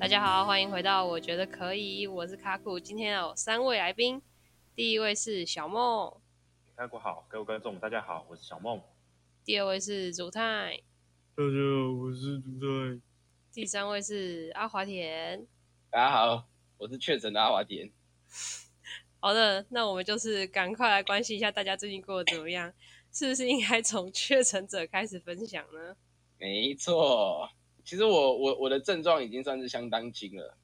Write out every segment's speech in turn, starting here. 大家好，欢迎回到我觉得可以，我是卡库。今天有三位来宾，第一位是小梦，大家好，各位观众，大家好，我是小梦。第二位是竹泰，大家好，我是朱泰。第三位是阿华田。大家好，我是确诊的阿华田。好的，那我们就是赶快来关心一下大家最近过得怎么样，是不是应该从确诊者开始分享呢？没错，其实我我我的症状已经算是相当轻了，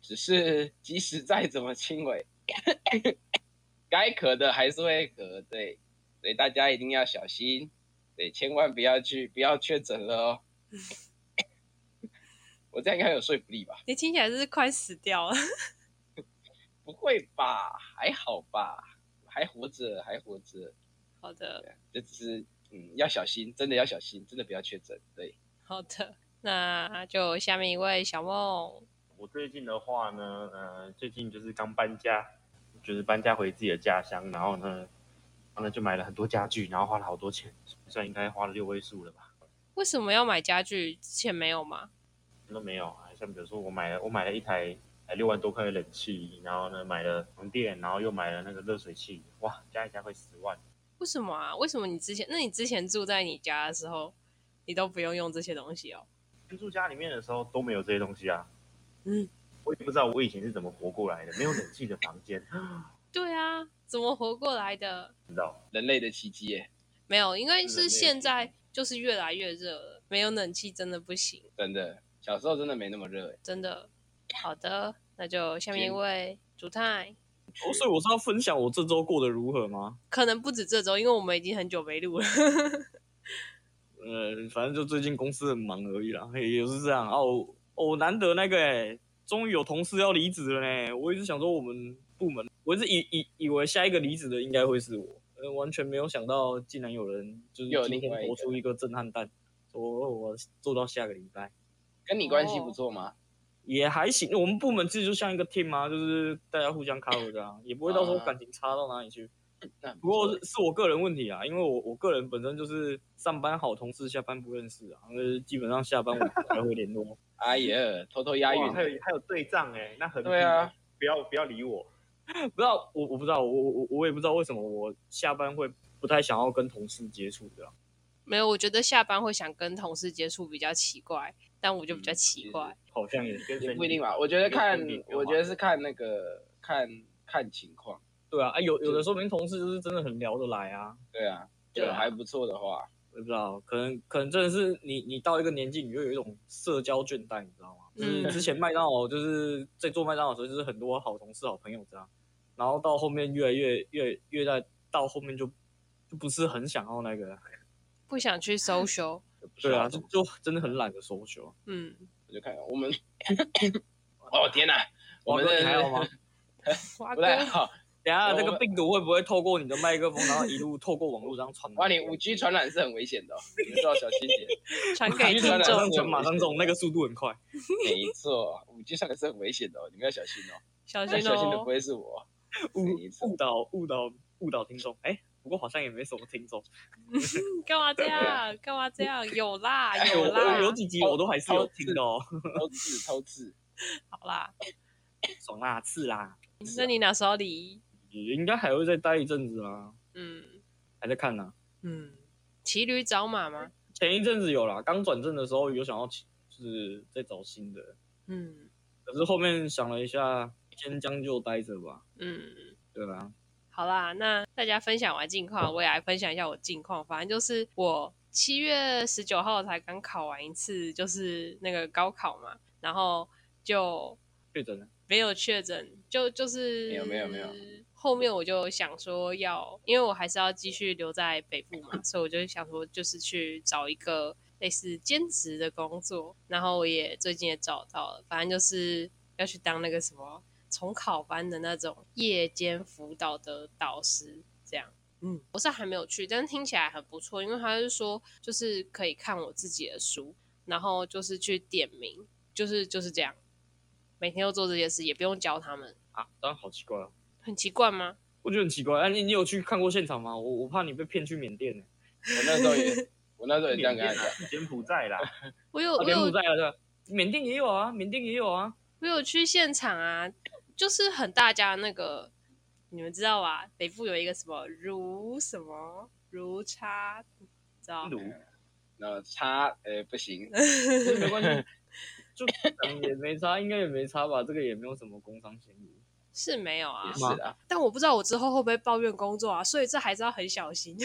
只是即使再怎么轻微， 该咳的还是会咳，对，所以大家一定要小心，对，千万不要去不要确诊了哦。 我这样应该有说服力吧？你听起来是快死掉了， 不会吧？还好吧？还活着，还活着，好的，就只是嗯，要小心，真的要小心，真的不要确诊，对。好的，那就下面一位小梦。我最近的话呢，呃，最近就是刚搬家，就是搬家回自己的家乡，然后呢，然后呢就买了很多家具，然后花了好多钱，算应该花了六位数了吧？为什么要买家具？之前没有吗？都没有啊，像比如说我买了，我买了一台呃六万多块的冷气，然后呢买了床垫，然后又买了那个热水器，哇，加一加快十万。为什么啊？为什么你之前？那你之前住在你家的时候，你都不用用这些东西哦？居住家里面的时候都没有这些东西啊，嗯，我也不知道我以前是怎么活过来的，没有冷气的房间，对啊，怎么活过来的？你知道。人类的奇迹耶，没有，因为是人是类现的在就是越来越热了，没有冷气真的不行，真的，小时候真的没那么热耶。欸真的。好的，那就下面一行位主太，哦，所以我是要分享我这周过得如何吗？可能不止这周，因为我们已经很久没录了。 呃，反正就最近公司很忙而已啦，嘿，也是这样。哦，哦，难得那个、欸，终于有同事要离职了呢、我一直想说我们部门，我一直以以以为下一个离职的应该会是我，呃，完全没有想到竟然有人就是又有今另外天一投个出一个震撼弹，说哦我做到下个礼拜。跟你关系不错吗？也还行，我们部门其实就像一个 team 啊，就是大家互相 cover 的 啊，也不会到时候啊感情差到哪里去。那很不错过是我个人问题啊，因为我我个人本身就是上班好同事，下班不认识啊，呃基本上下班我们还会联络。 哎呀，偷偷押哇韵，还有还有对账哎、那很对啊，不要不要理我，不知道我我不知道我我我我也不知道为什么我下班会不太想要跟同事接触的啊、没有，我觉得下班会想跟同事接触比较奇怪，但我就比较其奇实怪。好像也跟也神不一定吧。吧。我觉得看跟你，我觉得是看那个看看情况，对啊，啊有有的说明同事就是真的很聊得来啊，对啊，对啊就还不错的话，我也不知道，可能可能真的是你你到一个年纪，你就有一种社交倦怠，你知道吗？就是嗯之前麦当劳就是在做麦当劳的时候，就是很多好同事、好朋友这样，然后到后面越来越越越在到后面就就不是很想要那个，不想去 social，就不对啊，错就就真的很懒得 social。嗯，我就看我们，哦天哪，我华们哥，你真的还好是 吗？瓜不哥，太好，等一下我那个病毒会不会透过你的麦克风，然后一路透过网络这样传？哇，你 五 G 传染是很危险的哦，你知道小心点，传给你听传染马众上了。传，马上中，那个速度很快。没错，五 G 传染是很危险的哦，你们要小心哦，小但心小心的不哦！会是我，误没错误导误导误导听众，哎、不过好像也没什么听众。干嘛这样？干嘛这样？有啦，哎有我啦，有几集我都还是有听的哦，偷吃偷吃，好啦。 爽啦，刺啦，那你哪时候离？也应该还会再待一阵子啦，嗯还在看呢。嗯，骑驴找马吗？前一阵子有啦，刚转正的时候有想要起，就是在找新的，嗯可是后面想了一下，先将就待着吧，嗯，对啊吧？好啦，那大家分享完近况，我也来分享一下我近况。反正就是我七月十九号才刚考完一次，就是那个高考嘛，然后就确诊了，没有确诊，就就是没有没有没有。后面我就想说要，因为我还是要继续留在北部 嘛，所以我就想说就是去找一个类似兼职的工作，然后我也最近也找到了，反正就是要去当那个什么重考班的那种夜间辅导的导师，这样。嗯，我是还没有去，但是听起来很不错，因为他是说就是可以看我自己的书，然后就是去点名，就是就是这样，每天都做这件事，也不用教他们，啊，当然好奇怪哦，很奇怪吗？我觉得很奇怪。啊，你你有去看过现场吗？我我怕你被骗去缅甸呢、我那时候也，我那时候也这样缅跟甸他啊讲， 柬埔寨啦，我有啊我柬埔有寨了，对吧缅甸也有啊，缅甸也有啊，我有去现场啊，就是很大家那个，你们知道吧？北部有一个什么如什么如差，知道？如然后差，呃、不行，所以没关 系，就嗯也没差，应该也没差吧，这个也没有什么工伤嫌疑。是没有啊也，是啊，但我不知道我之后会不会抱怨工作啊，所以这还是要很小 心，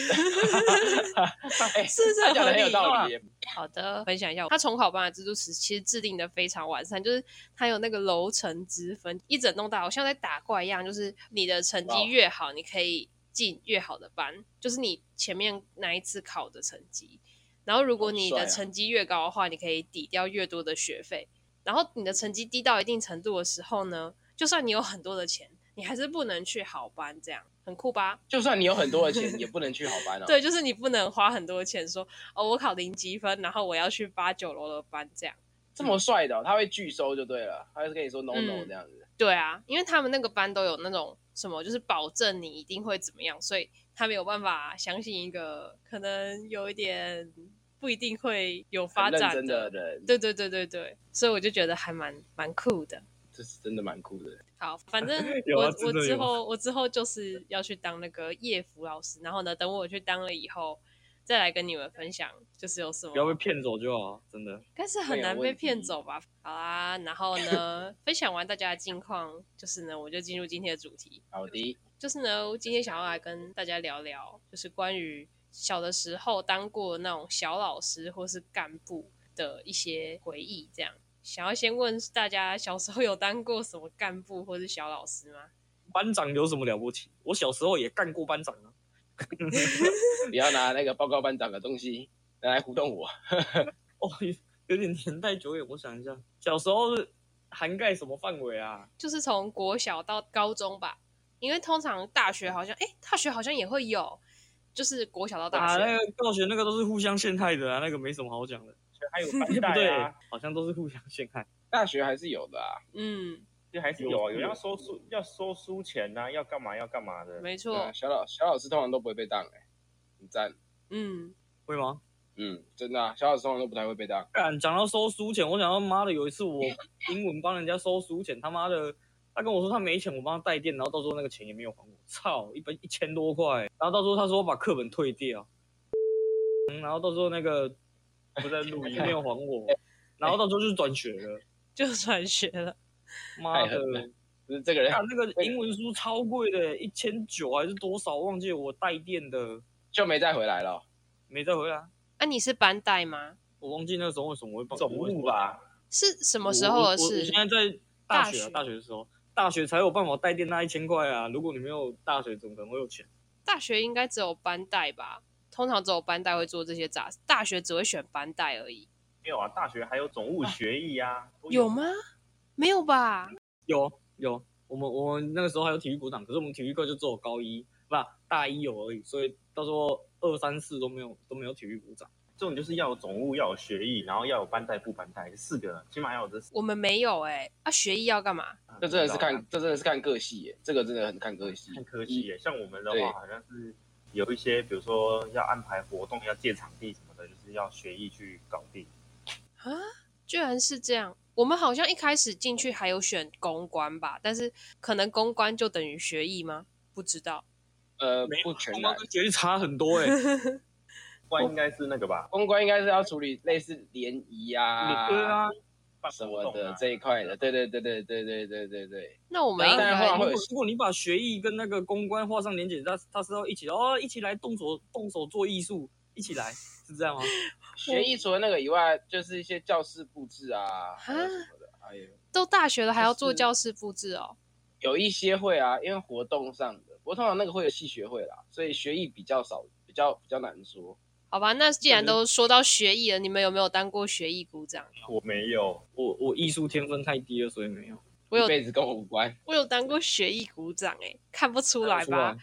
哎是不是很他讲合的很有理？啊道理耶，好的，分享一下，它重考班的制度时其实制定的非常完善，就是它有那个楼层之分，一整栋大楼像在打怪一样，就是你的成哇哦绩越好，你可以进越好的班，就是你前面那一次考的成绩。然后如果好你帅的啊成绩越高的话，你可以抵掉越多的学费。然后你的成绩低到一定程度的时候呢，就算你有很多的钱，你还是不能去好班，这样很酷吧？就算你有很多的钱，也不能去好班 啊。对，就是你不能花很多钱说哦，我考零积分，然后我要去八九楼的班这样。 这么帅的哦、他会拒收就对了，他会跟你说 no 嗯 no 这样子。对啊，因为他们那个班都有那种什么，就是保证你一定会怎么样，所以他没有办法相信一个可能有一点不一定会有发很认展真的人，对对对对对，所以我就觉得还蛮蛮酷的。这是真的蛮酷的。好，反 正有我啊我真的之有后我之后就是要去当那个夜辅老师，然后呢，等我去当了以后，再来跟你们分享，就是有什么不要被骗走就好，啊真的。但是会很有难被问骗题走吧？好啦，然后 呢，分享完大家的近况，就是呢，我就进入今天的主题，好的，就是呢，我今天想要来跟大家聊聊，就是关于小的时候当过那种小老师或是干部的一些回忆，这样。想要先问大家，小时候有当过什么干部或是小老师吗？班长有什么了不起？我小时候也干过班长啊。不要拿那个报告班长的东西拿来糊弄我。 哦， 有有点年代久远，我想一下，小时候是涵盖什么范围啊？就是从国小到高中吧，因为通常大学好像，哎、大学好像也会有，就是国小到大啊，学。那个教学那个都是互相陷害的啊，那个没什么好讲的，还有班对不带对啊，？好像都是互相陷害。大学还是有的啊，嗯，就还是有啊，有有要收书要收书钱呐、要干嘛要干嘛的。没对啊错，小老小老师通常都不会被当哎、很赞。嗯。会吗？嗯，真的、啊，小老师通常都不太会被当。干，讲到收书钱，我想到妈的，有一次我英文帮人家收书钱，他妈的，他跟我说他没钱，我帮他带电，然后到时候那个钱也没有还我，操，一本一千多块，然后到时候他说把课本退掉，嗯然后到时候那个不在录音 也没有还我，哎然后到时候就转学了，就转学了。妈太的狠，了就是这个人 干那个英文书超贵的，一千九还是多少，忘记了我带电的就没再回来了。没再回来，啊那、啊你是班带吗？我忘记那时候为什么会帮总务吧，是什么时候我的我我事现？在在大大学、啊学，大学的时候，大学才有办法带电那一千块啊！如果你没有大学，怎么可能会有钱？大学应该只有班带吧？通常只有班带会做这些杂事，大学只会选班带而已。没有啊，大学还有总务学艺啊，都有？吗？没有吧？有有，我们我们那个时候还有体育股长，可是我们体育课就只有高一，不大一有而已，所以到时候二三四都没有都没有体育股长。这种就是要有总务，要有学艺，然后要有班带不班带，四个起码要有这四。我们没有哎、啊，学艺要干嘛？啊这真的是不知道啊看，这真的是看个系耶，这个真的很看个系看。科系耶，像我们的对话好像是有一些，比如说要安排活动、要借场地什么的，就是要学艺去搞定。啊，居然是这样。我们好像一开始进去还有选公关吧，但是可能公关就等于学艺吗？不知道。呃，没有不全我然们。跟学历差很 多哎、欸，不然应该是那个吧，公关应该是要处理类似联谊啊，对啊，办什活么动的啊这一块的，对对对对对对对对对，那我们啊应当然该后来如会果如果你把学艺跟那个公关画上连结，他他是要一起哦，一起来动手动手做艺术，一起来是这样吗？学艺除了那个以外，就是一些教室布置啊，还有什么的，还有都大学了还要做就是教室布置哦。有一些会啊，因为活动上的，不过通常那个会有系学会啦，所以学艺比较少，比较比较难说。好吧，那既然都说到学艺了，你们有没有当过学艺鼓掌？我没有， 我我艺术天分太低了，所以没有。我有一辈子跟我无关，我有当过学艺鼓掌、欸，看不出来看得出来吧？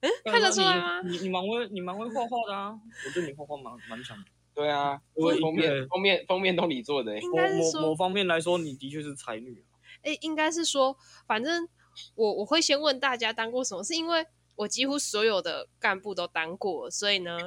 嗯，看得出来吗？你你蛮会你蛮会画画的啊，我对你画画蛮蛮强的。对啊，我封面对封面封面都你做的欸、应某该是某某说，方面来说，你的确是才女、啊。哎、应该是说，反正我我会先问大家当过什么，是因为我几乎所有的干部都当过，所以呢，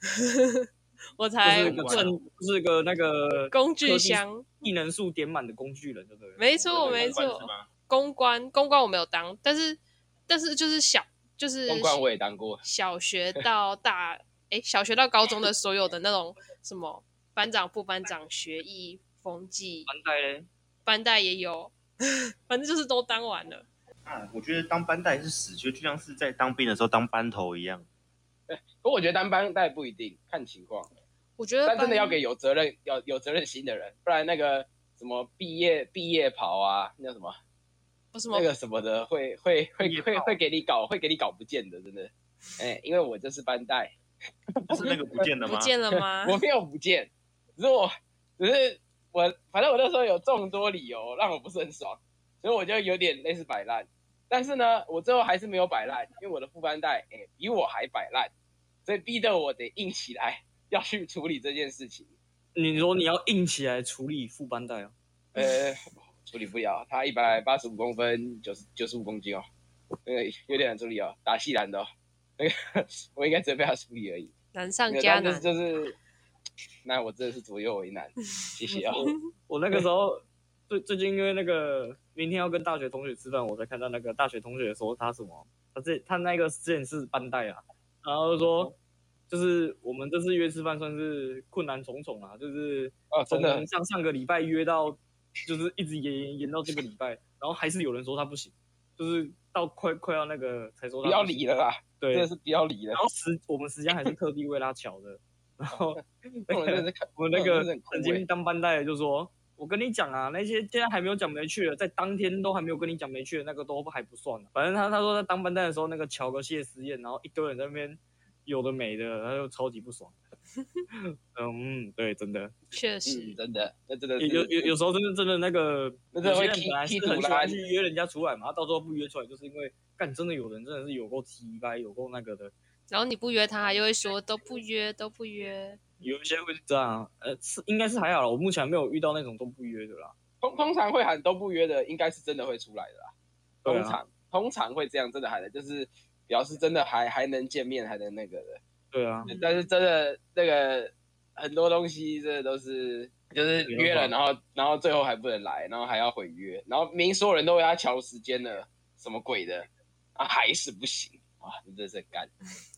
我才就是一个我啊称，就是一个那个工具箱。技能树点满的工具人，对不对？没错那个哦没公关错是吗公关，公关我没有当，但是但是就是小就是公关我也当过，小学到大，哎，小学到高中的所有的那种什么班长、副班长、学艺、风纪、班带嘞，班带也有， 反正就是都当完了。啊，我觉得当班带是死穴，就像是在当兵的时候当班头一样。可我觉得当班带不一定，看情况。我觉得但真班的要给有责任、有有责任心的人，不然那个什么毕业毕业跑啊，那叫什么不是吗那？个什么的，会会会毕业会跑会给你搞，会给你搞不见的，真的。哎、因为我这是班带， 不是那个不见了不吗？见了啊吗？ 我没有不见，只是我只是我，反正我那时候有众多理由让我不是很爽，所以我就有点类似摆烂。但是呢，我最后还是没有摆烂，因为我的副班带哎、比我还摆烂，所以逼得我得硬起来 要去处理这件事情。你说你要硬起来处理副班带啊？呃，处理不了，他一百八十五公分，九十九十五公斤哦，那个有点难处理哦，打细篮的哦，那个 我应该只会被他处理而已。难上那个加但是难，就是，那我真的是左右为 难，谢谢哦。嗯我那个时候最最近因为那个明天要跟大学同学吃饭，我才看到那个大学同学说他什么，他这他那个之前是班带啊，然后说就是我们这次约吃饭算是困难重重啊，就是哦，真从的，上上个礼拜约到，就是一直延延延到这个礼拜，然后还是有人说他不行，就是到快快要那个才说不他要不行理了啦，对真，的是不要理 了然。后时我们时间还是特地为他巧的，然 后我们真的是看，我那个真的很枯曾萎经当班带的就说，我跟你讲啊，那些现在还没有讲没去的，在当天都还没有跟你讲没去的那个都还不算、啊、反正他他说他当班带的时候，那个乔个谢师宴，然后一堆人在那边有的没的，他就超级不爽。 嗯，对，真的，确嗯，实，真的，那真的有有有是，时候真的真的那个，那有真的些会人踢本来踢是土很喜啦欢去约人家出来嘛，到最后不约出来，就是因为干真的有人真的是有够鸡掰，有够那个的，然后你不约他，他又会说都不约，都不约。有一些会是这样啊，呃，是应该是还好啦，我目前还没有遇到那种都不约的啦。通通常会喊都不约的，应该是真的会出来的啦。对啊通常通常会这样，真的喊的，就是表示真的还还能见面，还能那个的。对啊，嗯但是真的那个很多东西，真的都是就是约了，没办然后然后最后还不能来，然后还要毁约，然后明明所有人都为他瞧时间了，什么鬼的啊，还是不行啊！你真是很干，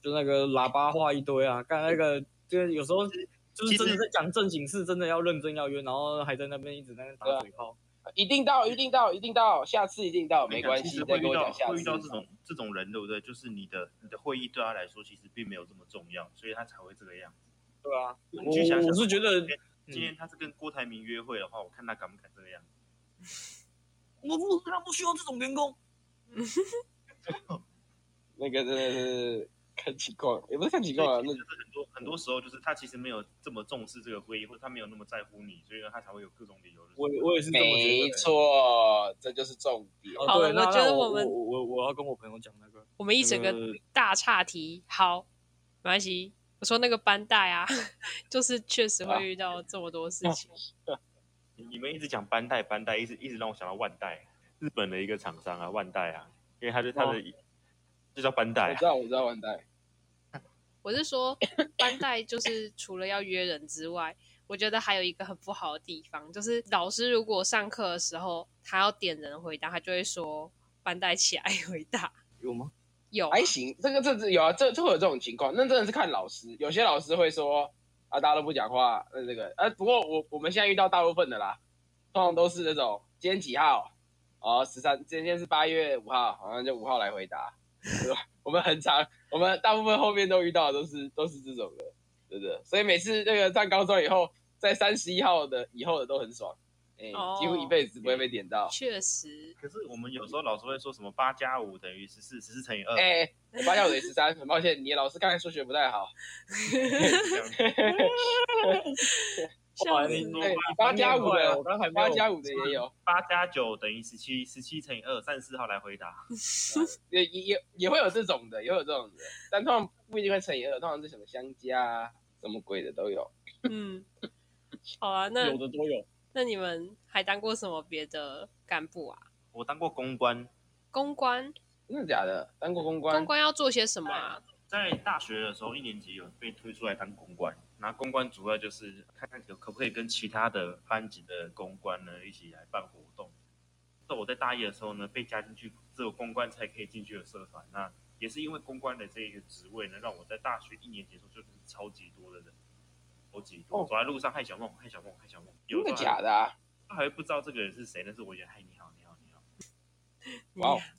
就那个喇叭话一堆啊，干那个就是有时候就是其实真的在讲正经事，真的要认真要约，然后还在那边一直在那边啊打嘴炮。一定到，一定到，一定到，下次一定到，没关哎其系，实再会跟遇我到讲下会遇到这次。种这种人，对不对？就是你的你的会议对他来说其实并没有这么重要，所以他才会这个样子。对啊，你我去想想我是觉得，今天他是跟郭台铭约会的话，我看他敢不敢这个样嗯子。我不他不需要这种员工。那个真的是看情况，也不是看情况啊，所那以其实就是很多很多时候就是他其实没有这么重视这个会议，或者他没有那么在乎你，所以呢他才会有各种理由。我我也是这么觉没得。错，这就是重点。哦好了对那我觉得那我我们我我我要跟我朋友讲那个，我们一整个嗯呃大岔题，好，没关系。我说那个班带啊， 就是确实会遇到这么多哦事情。你你们一直讲班代班代，一直一直让我想到万代，日本的一个厂商啊，万代啊，因为他就他的、就叫班代、哦我知啊，道，我知道，完蛋。我是说，班带就是除了要约人之外，我觉得还有一个很不好的地方，就是老师如果上课的时候他要点人回答，他就会说班带起来 回答。有吗？有啊还行，这个这是有啊，这这会有这种情况，那真的是看老师，有些老师会说啊，大家都不讲话，那这个，呃、不过我我们现在遇到大部分的啦，通常都是那种今天几号，哦，十三，今天是八月五号，好像就五号来回答，对吧？ 我们很常，我们大部分后面都遇到的都是都是这种的，对不对？所以每次那个上高中以后，在三十一号的以后的都很爽，哎、哦几乎一辈子不会被点到，确实，可是我们有时候老师会说什么八加五等于十四，十四乘以二、哎、我八加五等于十三，很抱歉，你的老师刚才数学不太好。这样子笑你死哎八加五的我刚啊才没有八加五的也有，八加九等于十七，十七乘以二，三十四号来回答。也也也也会有这种的，也会有这种的，但通常不一定会乘以二，通常是什么相加啊，什么鬼的都有。嗯，好啊，那有的都有。那你们还当过什么别的干部啊？我当过公关，公关，真的假的？当过公关，公关要做些什么啊？在大学的时候一年级有被推出来当公关，那公关主要就是看看有可不可以跟其他的班级的公关呢一起来办活动。那我在大一的时候呢，被加进去只有公关才可以进去的社团，那也是因为公关的这一个职位呢，让我在大学一年级的时候就是超级多的人，超级多，哦走在路上害小梦，害小梦，害小梦，有真的时候还假的啊？他还不知道这个人是谁，但是我觉得嗨，你好，你好，你好。哇哦，嗯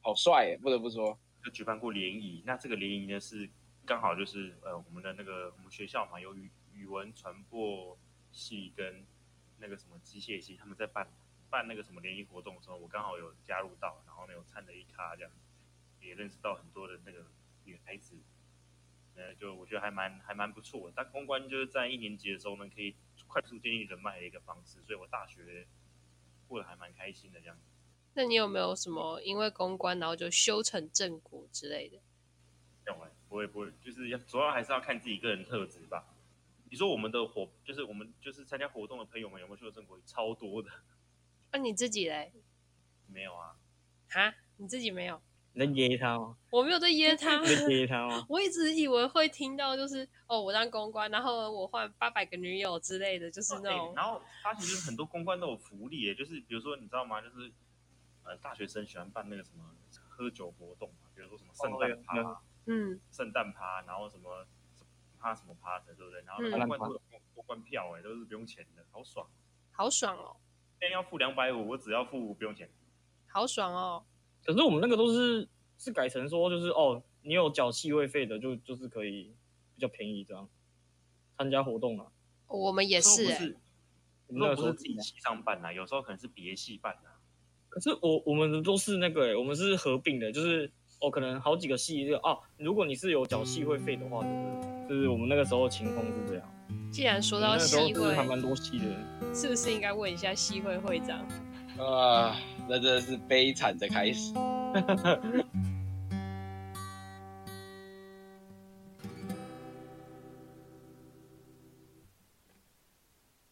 好帅耶！不得不说，就举办过联谊，那这个联谊呢是刚好就是呃我们的那个我们学校嘛，有语语文传播系跟那个什么机械系，他们在办办那个什么联谊活动的时候，我刚好有加入到，然后呢有参了一咖这样，也认识到很多的那个女孩子，呃，就我觉得还蛮还蛮不错的。但公关就是在一年级的时候呢，可以快速建立人脉的一个方式，所以我大学过得还蛮开心的这样子。那你有没有什么因为公关然后就修成正果之类的？这样玩，欸不会不会，就是要主要还是要看自己个人特质吧。你说我们的伙，就是我们就是参加活动的朋友们有没有修正过？超多的， 那、啊你自己嘞？没有啊。哈，你自己没有？你在噎他 吗？我没有在噎他你。在噎他吗？ 我一直以为会听到就是哦，我当公关，然后我换八百个女友之类的，就是那哦欸种然后发现就是很多公关都有福利耶，欸就是比如说你知道吗？就是呃，大学生喜欢办那个什么喝酒活动嘛，比如说什么圣诞趴、哦嗯，圣诞趴，然后什么什么趴什么趴的，对不对？然后嗯公关都有公关票，哎，都是不用钱的，好爽。好爽哦，现在要付两百五，我只要付不用钱。好爽哦，可是我们那个都是是改成说，就是哦，你有缴气味费的就就是可以比较便宜这样参加活动啊。我们也是不哎、是我们那那个不时候是自己系上办啦、有时候可能是别系办啦、可是我我们的都是那个、欸，我们是合并的，就是哦，可能好几个系就哦，如果你是有缴系会费的话，就是就是我们那个时候情况是这样。欸既然说我到们嗯那个时候西就是还会，蛮多系的，是不是应该问一下西会会长？啊，那真的是悲惨的开始。